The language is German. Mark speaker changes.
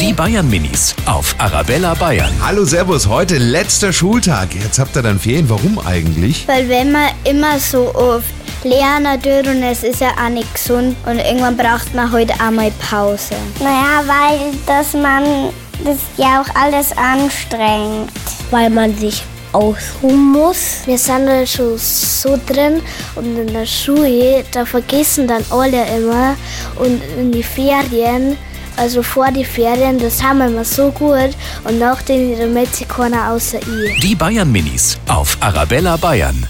Speaker 1: Die Bayern Minis auf Arabella Bayern.
Speaker 2: Hallo Servus, heute letzter Schultag. Jetzt habt ihr dann Ferien. Warum eigentlich?
Speaker 3: Weil wenn man immer so oft lernen tut und es ist ja auch nicht gesund und irgendwann braucht man heute halt auch mal Pause.
Speaker 4: Naja, weil dass man das ja auch alles anstrengt.
Speaker 5: Weil man sich ausruhen muss.
Speaker 6: Wir sind da schon so drin und in der Schule, da vergessen dann alle immer und in die Ferien also vor die Ferien, das haben wir immer so gut und auch den Mexikaner außer ihr.
Speaker 1: Die Bayern Minis auf Arabella Bayern.